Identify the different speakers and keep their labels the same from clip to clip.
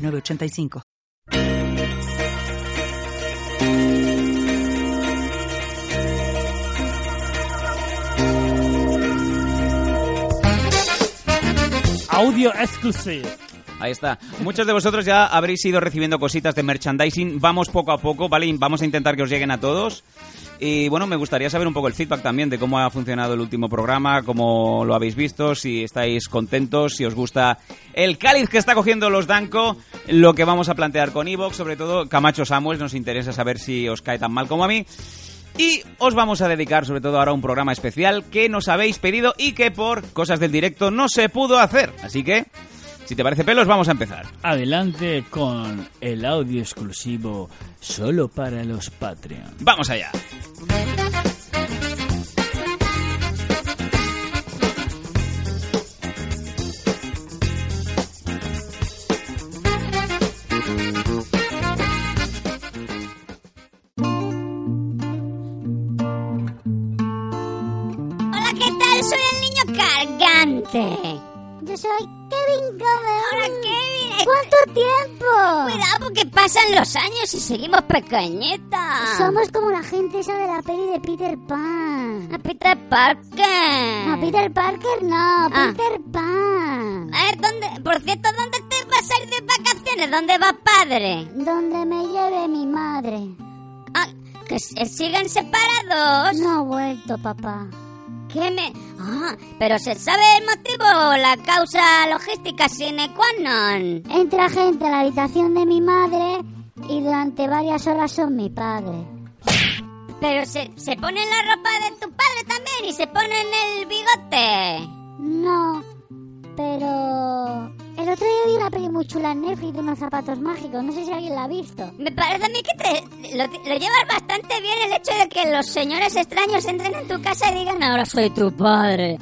Speaker 1: 985.
Speaker 2: Audio exclusive.
Speaker 3: Ahí está. Muchos de vosotros ya habréis ido recibiendo cositas de merchandising. Vamos poco a poco, ¿vale? Y Vamos a intentar que os lleguen a todos. Y bueno, me gustaría saber un poco el feedback también de cómo ha funcionado el último programa, cómo lo habéis visto, si estáis contentos, si os gusta el cáliz que está cogiendo los Danco, lo que vamos a plantear con Evox, sobre todo Camacho Samuel, nos interesa saber si os cae tan mal como a mí. Y os vamos a dedicar sobre todo ahora a un programa especial que nos habéis pedido y que por cosas del directo no se pudo hacer. Así que, si te parece pelos, vamos a empezar.
Speaker 2: Adelante con el audio exclusivo solo para los Patreon.
Speaker 3: Vamos allá.
Speaker 4: Hola, ¿qué tal? Soy el niño cargante.
Speaker 5: Yo soy Kevin Gómez.
Speaker 4: Ahora, Kevin, eh,
Speaker 5: ¿Cuánto tiempo?
Speaker 4: cuidado porque pasan los años y seguimos pequeñitas.
Speaker 5: Somos como la gente esa de la peli de Peter Pan.
Speaker 4: a Peter Parker.
Speaker 5: No, Peter Parker no,
Speaker 4: Mm. Ah.
Speaker 5: Peter Pan.
Speaker 4: A ver, ¿dónde? Por cierto, ¿dónde te vas a ir de vacaciones? ¿Dónde va padre?
Speaker 5: Donde me lleve mi madre.
Speaker 4: Ah, que se- siguen separados.
Speaker 5: No ha vuelto, papá.
Speaker 4: ¿Qué me...? Ah, pero se sabe el motivo, la causa logística sine qua non.
Speaker 5: Entra gente a la habitación de mi madre y durante varias horas son mi padre.
Speaker 4: Pero se, se ponen la ropa de tu padre también y se ponen el bigote.
Speaker 5: No, pero... El otro día vi una peli muy chula en Netflix de unos zapatos mágicos. No sé si alguien la ha visto.
Speaker 4: Me parece a mí que te, lo, lo llevas bastante bien el hecho de que los señores extraños entren en tu casa y digan ahora soy tu padre.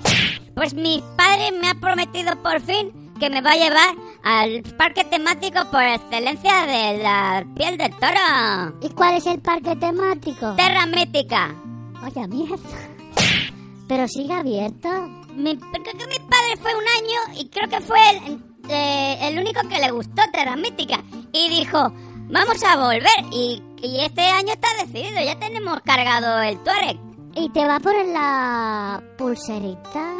Speaker 4: Pues mi padre me ha prometido por fin que me va a llevar al parque temático por excelencia de la piel de toro.
Speaker 5: ¿Y cuál es el parque temático?
Speaker 4: Terra mítica.
Speaker 5: Vaya mierda. Pero sigue abierto.
Speaker 4: Mi, creo que mi padre fue un año y creo que fue el, eh, el único que le gustó Terra Mítica. Y dijo, vamos a volver. Y, y este año está decidido, ya tenemos cargado el Tuareg.
Speaker 5: ¿Y te va a poner la pulserita?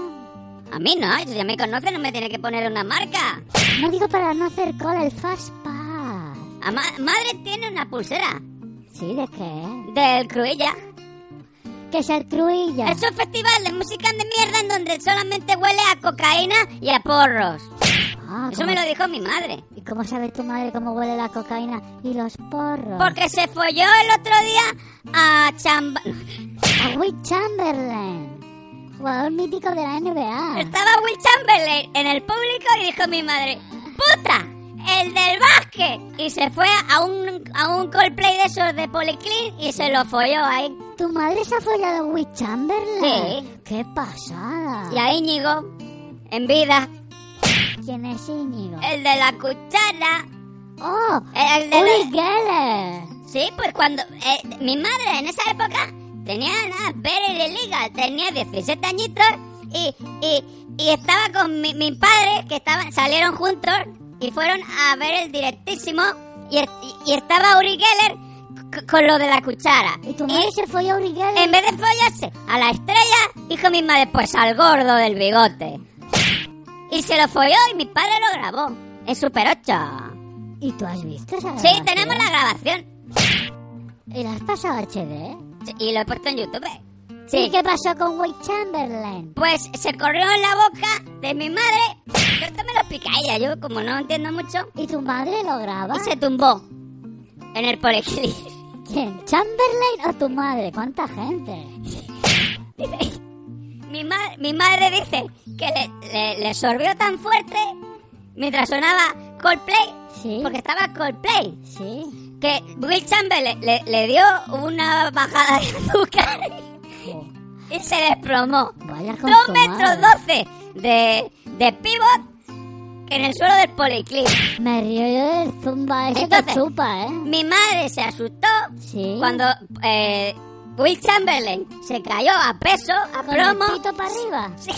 Speaker 4: A mí no, si ya me conoce no me tiene que poner una marca.
Speaker 5: No digo para no hacer cola, el fast pass.
Speaker 4: A ma- madre tiene una pulsera
Speaker 5: ¿Sí? ¿De qué?
Speaker 4: del Cruilla.
Speaker 5: Que es el truilla.
Speaker 4: Es un festival de música de mierda en donde solamente huele a cocaína y a porros.
Speaker 5: Ah,
Speaker 4: Eso
Speaker 5: ¿cómo-
Speaker 4: me lo dijo mi madre.
Speaker 5: ¿Y cómo sabe tu madre cómo huele la cocaína y los porros?
Speaker 4: Porque se folló el otro día a Chamba...
Speaker 5: A Will Chamberlain, jugador mítico de la NBA.
Speaker 4: Estaba Will Chamberlain en el público y dijo mi madre, ¡Puta! ¡El del básquet! Y se fue a un, a un Coldplay de esos de Policlin y se lo folló ahí.
Speaker 5: ¿Tu madre se ha follado a Will Chamberlain?
Speaker 4: Sí.
Speaker 5: ¡Qué pasada!
Speaker 4: Y a Íñigo, en vida,
Speaker 5: ¿Quién es Íñigo?
Speaker 4: el de la cuchara, eh,
Speaker 5: ¡Oh!
Speaker 4: el de
Speaker 5: ¡Uri
Speaker 4: la...
Speaker 5: Geller!
Speaker 4: Sí, pues cuando... eh, mi madre en esa época tenía nada, Pérez de Liga, tenía 17 añitos y, y, y estaba con mi, mi padre, que estaban salieron juntos y fueron a ver el directísimo y, es- y estaba Uri Geller c- con lo de la cuchara.
Speaker 5: ¿Y tu madre se folló a Uri Geller?
Speaker 4: en vez de follarse a la estrella, dijo mi madre, pues al gordo del bigote. Y se lo folló y mi padre lo grabó en Super 8.
Speaker 5: ¿Y tú has visto esa
Speaker 4: Sí,
Speaker 5: grabación?
Speaker 4: tenemos la grabación.
Speaker 5: ¿Y la has pasado a HD?
Speaker 4: Sí, Y lo he puesto en YouTube.
Speaker 5: ¿Y qué pasó con Will Chamberlain?
Speaker 4: Pues se corrió en la boca de mi madre. Pero Esto me lo explica ella, yo como no entiendo mucho.
Speaker 5: ¿Y tu madre lo graba?
Speaker 4: Y se tumbó en el policlín.
Speaker 5: ¿Quién? ¿Chamberlain o tu madre? ¿Cuánta gente?
Speaker 4: Mi, ma- mi madre dice que le, le- le sorbió tan fuerte mientras sonaba Coldplay,
Speaker 5: Sí.
Speaker 4: porque estaba Coldplay.
Speaker 5: Sí.
Speaker 4: que Will Chamberlain le, le dio una bajada de azúcar
Speaker 5: Jo,
Speaker 4: y se desplomó.
Speaker 5: Oh, Vaya con
Speaker 4: Dos
Speaker 5: tu
Speaker 4: metros
Speaker 5: madre.
Speaker 4: doce de, de pivot en el suelo del policlip.
Speaker 5: Me río yo del zumba ese
Speaker 4: Entonces-
Speaker 5: que chupa, ¿eh?
Speaker 4: Mi madre se asustó
Speaker 5: Sí.
Speaker 4: cuando eh, Will Chamberlain se cayó a peso, a
Speaker 5: Con el
Speaker 4: plomo.
Speaker 5: pito para arriba.
Speaker 4: Sí.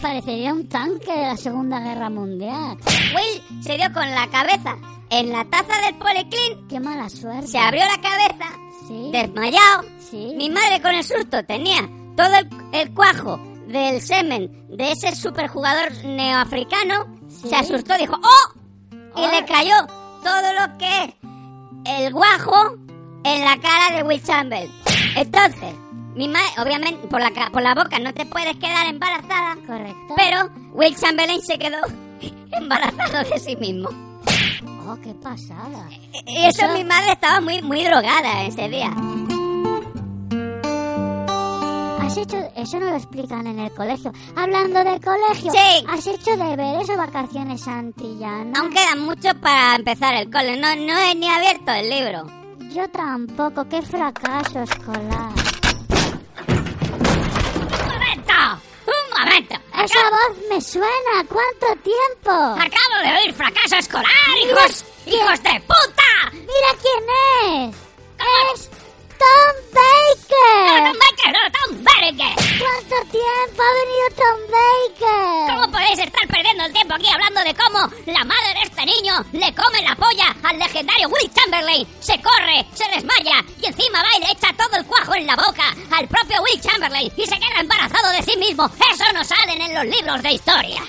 Speaker 5: Parecería un tanque de la Segunda Guerra Mundial.
Speaker 4: Will se dio con la cabeza en la taza del policlin,
Speaker 5: Qué mala suerte.
Speaker 4: se abrió la cabeza,
Speaker 5: Sí.
Speaker 4: desmayado.
Speaker 5: Sí.
Speaker 4: Mi madre con el susto tenía todo el, el cuajo del semen de ese superjugador neoafricano.
Speaker 5: Sí.
Speaker 4: Se asustó, dijo ¡Oh! Y
Speaker 5: Ay.
Speaker 4: le cayó todo lo que es el guajo en la cara de Will Chamberlain. Entonces, mi madre, obviamente, por la, ca- por la boca no te puedes quedar embarazada,
Speaker 5: Correcto.
Speaker 4: pero Will Chamberlain se quedó embarazado de sí mismo.
Speaker 5: Oh, qué pasada.
Speaker 4: Y eso mi madre estaba muy, muy drogada ese día.
Speaker 5: Has hecho... Eso no lo explican en el colegio. Hablando del colegio.
Speaker 4: Sí.
Speaker 5: ¿Has hecho deberes o vacaciones antillanas?
Speaker 4: Aún quedan muchos para empezar el cole. No, no he ni abierto el libro.
Speaker 5: Yo tampoco. Qué fracaso escolar.
Speaker 4: ¡Un momento! ¡Un momento!
Speaker 5: ¡Esa voz me suena! ¡Cuánto tiempo!
Speaker 4: Acabo de oír fracaso escolar, hijos, hijos de puta.
Speaker 5: ¡Mira quién es! ¡Es Tom
Speaker 4: Eh.
Speaker 5: Baker!
Speaker 4: Baker, no, ¿eh? Tom Berenguer.
Speaker 5: ¿Cuánto tiempo ha venido Tom Baker?
Speaker 4: ¿Cómo podéis estar perdiendo el tiempo aquí hablando de cómo la madre de este niño le come la polla al legendario Will Chamberlain? Se corre, se desmaya y encima va y le echa todo el cuajo en la boca al propio Will Chamberlain y se queda embarazado de sí mismo. Eso no salen en los libros de historia.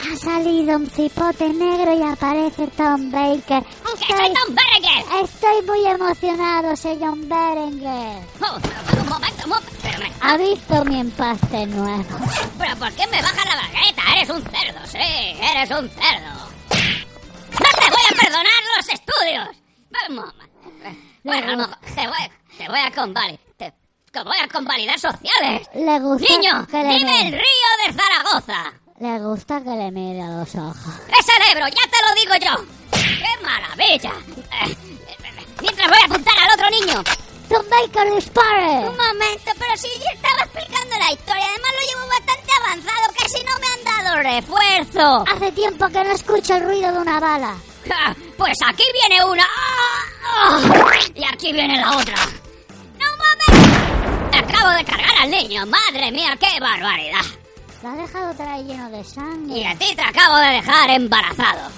Speaker 5: Ha salido un cipote negro y aparece Tom Baker.
Speaker 4: ¡Que soy ¿eh? Tom Berenguer!
Speaker 5: estoy muy emocionado, señor Berenguer.
Speaker 4: Oh, un momento, un momento. Pero, me-
Speaker 5: ¿Ha visto mi empaste nuevo?
Speaker 4: pero ¿por qué me baja la bagueta? Eres un cerdo, sí, eres un cerdo. ¡No te voy a perdonar los estudios! Vamos. Bueno, a lo mejor te voy, te voy a convalidar. Te, te voy a convalidar sociales.
Speaker 5: Le gusta
Speaker 4: Niño,
Speaker 5: que le
Speaker 4: dime el
Speaker 5: mire-
Speaker 4: río de Zaragoza.
Speaker 5: Le gusta que le mire a los ojos.
Speaker 4: Ese libro, ya te lo digo yo. ¡Qué maravilla! Eh, eh, Mientras voy a apuntar al otro niño.
Speaker 5: Tom Baker dispare.
Speaker 4: Un momento, pero si yo estaba explicando la historia, además lo llevo bastante avanzado, casi no me han dado refuerzo.
Speaker 5: Hace tiempo que no escucho el ruido de una bala.
Speaker 4: Ah, pues aquí viene una. ¡Ah! ¡Ah! Y aquí viene la otra. ¡No mames! Acabo de cargar al niño, madre mía, qué barbaridad.
Speaker 5: Lo ha dejado otra vez lleno de
Speaker 4: Y
Speaker 5: sangre.
Speaker 4: a ti te acabo de dejar embarazado.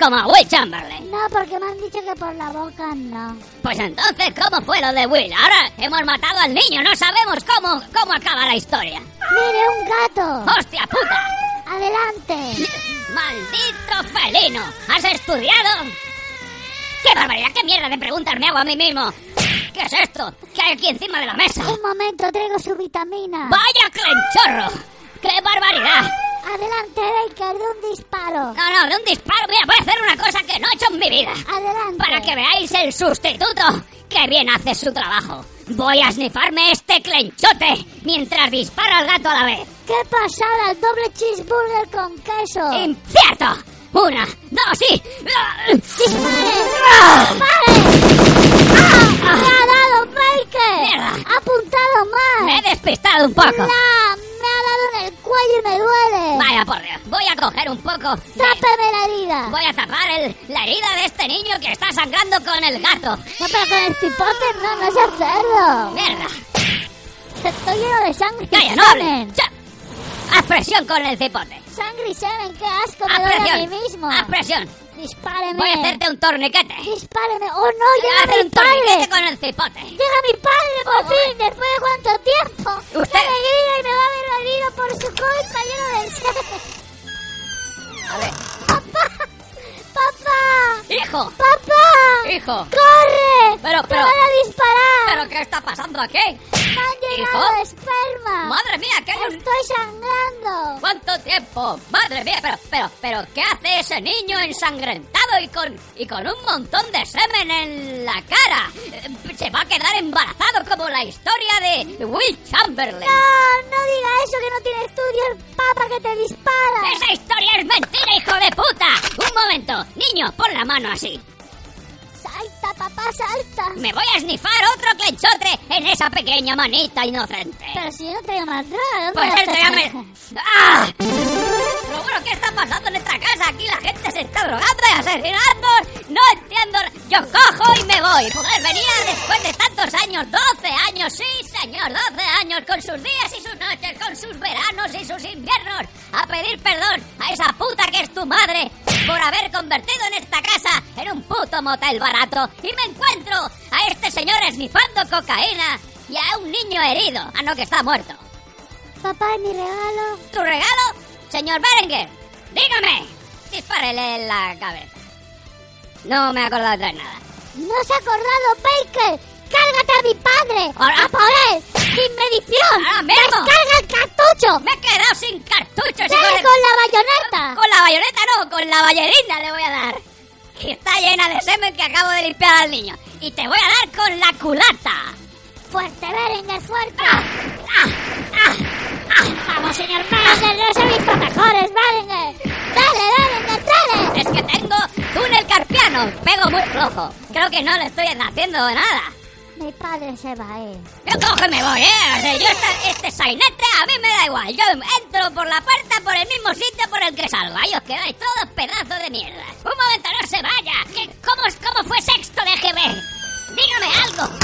Speaker 4: Como a Will Chamberlain.
Speaker 5: No, porque me han dicho que por la boca no.
Speaker 4: Pues entonces, ¿cómo fue lo de Will? Ahora hemos matado al niño, no sabemos cómo, cómo acaba la historia.
Speaker 5: ¡Mire, un gato!
Speaker 4: ¡Hostia puta!
Speaker 5: ¡Adelante!
Speaker 4: ¡Maldito felino! ¿Has estudiado? ¡Qué barbaridad! ¡Qué mierda de preguntas me hago a mí mismo! ¿Qué es esto? ¿Qué hay aquí encima de la mesa?
Speaker 5: Un momento, traigo su vitamina.
Speaker 4: ¡Vaya clenchorro! ¡Qué barbaridad!
Speaker 5: Adelante, Baker, de un disparo.
Speaker 4: No, no, de un disparo, mira, voy a hacer una cosa que no he hecho en mi vida.
Speaker 5: Adelante.
Speaker 4: Para que veáis el sustituto. ¡Qué bien hace su trabajo! Voy a snifarme este clenchote mientras disparo al gato a la vez.
Speaker 5: ¡Qué pasada! El doble cheeseburger con queso.
Speaker 4: ¡Incierto! ¡Una, dos y...
Speaker 5: ¡Dispare! ¡Dispare! ¡Ah! ¡Me ha dado Baker!
Speaker 4: Mierda.
Speaker 5: ¡Ha apuntado
Speaker 4: Me he
Speaker 5: mal!
Speaker 4: despistado un poco.
Speaker 5: ¡Ah! ¡Me ha dado en el cuello y me duele!
Speaker 4: Vaya por Dios, voy a coger un poco. de-
Speaker 5: ¡Trápeme la herida!
Speaker 4: Voy a tapar el- la herida de este niño que está sangrando con el gato.
Speaker 5: No, pero con el cipote no, no seas cerdo.
Speaker 4: ¡Mierda!
Speaker 5: Estoy lleno de sangre y
Speaker 4: ¡Calla, no hables!
Speaker 5: semen.
Speaker 4: Cha- ¡Haz presión con el cipote!
Speaker 5: Sangre y semen, qué asco, me
Speaker 4: ¡Haz
Speaker 5: duele a mí
Speaker 4: presión!
Speaker 5: mismo.
Speaker 4: ¡Haz presión!
Speaker 5: Dispáreme.
Speaker 4: Voy a hacerte un torniquete.
Speaker 5: Dispáreme. ¡Oh, no!
Speaker 4: Voy a
Speaker 5: ¡Llega
Speaker 4: hacer
Speaker 5: mi
Speaker 4: un torniquete
Speaker 5: padre!
Speaker 4: con el cipote.
Speaker 5: ¡Llega mi padre, por fin! ¿Después de cuánto tiempo?
Speaker 4: Usted-
Speaker 5: ¡Qué alegría! Y me va a haber herido por su culpa lleno de semen.
Speaker 4: A ver.
Speaker 5: ¡Papá! ¡Papá!
Speaker 4: ¡Hijo!
Speaker 5: ¡Papá!
Speaker 4: ¡Hijo!
Speaker 5: ¡Corre!
Speaker 4: Pero-
Speaker 5: ¡Te
Speaker 4: Eh. pero-
Speaker 5: van a disparar!
Speaker 4: ¿Pero qué está pasando aquí?
Speaker 5: ¡Me han llegado esperma!
Speaker 4: ¡Madre mía, que hay un...
Speaker 5: ¡Estoy sangrando!
Speaker 4: ¿Cuánto tiempo? ¡Madre mía! Pero, pero, pero, ¿qué hace ese niño ensangrentado y con, y con un montón de semen en la cara? Eh, Se va a quedar embarazado como la historia de Will Chamberlain.
Speaker 5: ¡No! ¡No diga eso que no tiene estudio el papa que te dispara!
Speaker 4: ¡Esa historia es mentira, hijo de puta! Un momento, niño, pon la mano así.
Speaker 5: ¡Salta, papá, salta!
Speaker 4: Me voy a snifar otro clenchotre en esa pequeña manita inocente.
Speaker 5: Pero si yo no traigo más droga, ¿dónde
Speaker 4: Pues él
Speaker 5: la
Speaker 4: te
Speaker 5: estás
Speaker 4: llame.
Speaker 5: sacando?
Speaker 4: ¡Ah! Pero bueno, ¿qué está pasando en nuestra casa? Aquí la gente se está drogando y asesinando. No entiendo. Yo cojo y me voy. Joder, venía después de tantos años. 12 años, sí, señor. 12 años con sus días y sus noches, con sus veranos y sus inviernos. A pedir perdón a esa puta que es tu madre por haber convertido en esta casa en un puto motel barato. Y me encuentro a este señor esnifando cocaína y a un niño herido. Ah, no, que está muerto.
Speaker 5: Papá, mi regalo.
Speaker 4: ¿Tu regalo? Señor Berenguer, dígame. Dispárele en la cabeza. No me he acordado de nada.
Speaker 5: ¡No se ha acordado, Baker! ¡Cárgate a mi padre!
Speaker 4: Ahora-
Speaker 5: ¡A por él! ¡Sin medición!
Speaker 4: Ahora mismo.
Speaker 5: ¡Descarga el cartucho!
Speaker 4: Me he quedado sin cartuchos. y
Speaker 5: ¡Dale con la bayoneta!
Speaker 4: con la bayoneta no, con la ballerina le voy a dar. Que está llena de semen que acabo de limpiar al niño. Y te voy a dar con la culata.
Speaker 5: ¡Fuerte, Berenguer, fuerte!
Speaker 4: ¡Ah! ¡Ah! ¡Ah!
Speaker 5: ¡Vamos, señor Berenguer! ¡Los he visto mejores, Berenguer! ¡Dale, Berenguer, dale!
Speaker 4: Es que tengo túnel carpiano. Pego muy flojo. Creo que no le estoy haciendo nada.
Speaker 5: Mi padre se va eh. a ir.
Speaker 4: Yo cojo y me voy, ¿eh? O sea, yo esta- este sainete a mí me da igual. Yo entro por la puerta por el mismo sitio por el que salgo. Ahí os quedáis todos pedazos de mierda. Un momento, no se vaya. ¿Qué- cómo, ¿Cómo fue sexto de GB? Dígame algo.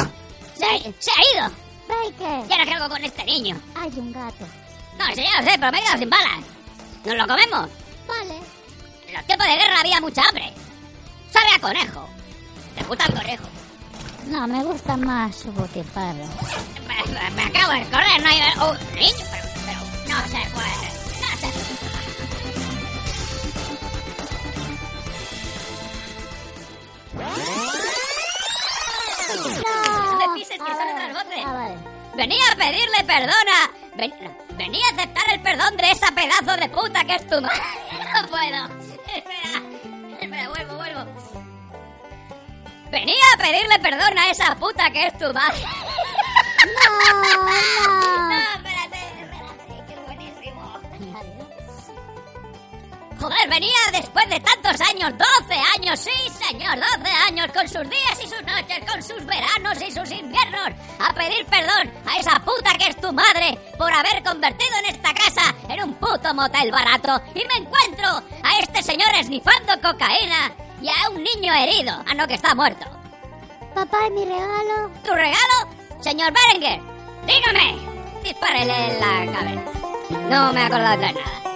Speaker 4: Se, se ha ido.
Speaker 5: Baker,
Speaker 4: Ya no cargo con este niño.
Speaker 5: hay un gato.
Speaker 4: No, sí, ya lo sé, pero me he quedado sin balas. ¿Nos lo comemos?
Speaker 5: Vale.
Speaker 4: En los tiempos de guerra había mucha hambre. Sabe a conejo. Te gusta el conejo.
Speaker 5: No, me gusta más su botifarra.
Speaker 4: Me, me acabo de correr, no hay... Oh, niño, pero, pero no se puede. No se puede.
Speaker 5: ¡No!
Speaker 4: No me pises, que
Speaker 5: Ah,
Speaker 4: son
Speaker 5: vale,
Speaker 4: otras voces.
Speaker 5: Ah, vale.
Speaker 4: Venía a pedirle perdón a... Ven- no, Venía a aceptar el perdón de esa pedazo de puta que es tu madre. No puedo. Espera, espera, vuelvo, vuelvo. Venía a pedirle perdón a esa puta que es tu madre.
Speaker 5: No,
Speaker 4: No,
Speaker 5: no.
Speaker 4: espérate, espérate, que es buenísimo. Joder, venía después de tantos años, 12 años, sí señor, 12 años, con sus días y sus noches, con sus veranos y sus inviernos, a pedir perdón a esa puta que es tu madre por haber convertido en esta casa en un puto motel barato. Y me encuentro a este señor esnifando cocaína y a un niño herido. Ah, no, que está muerto.
Speaker 5: Papá, mi regalo.
Speaker 4: ¿Tu regalo? Señor Berenguer, dígame. Dispárele en la cabeza. No me he acordado de nada.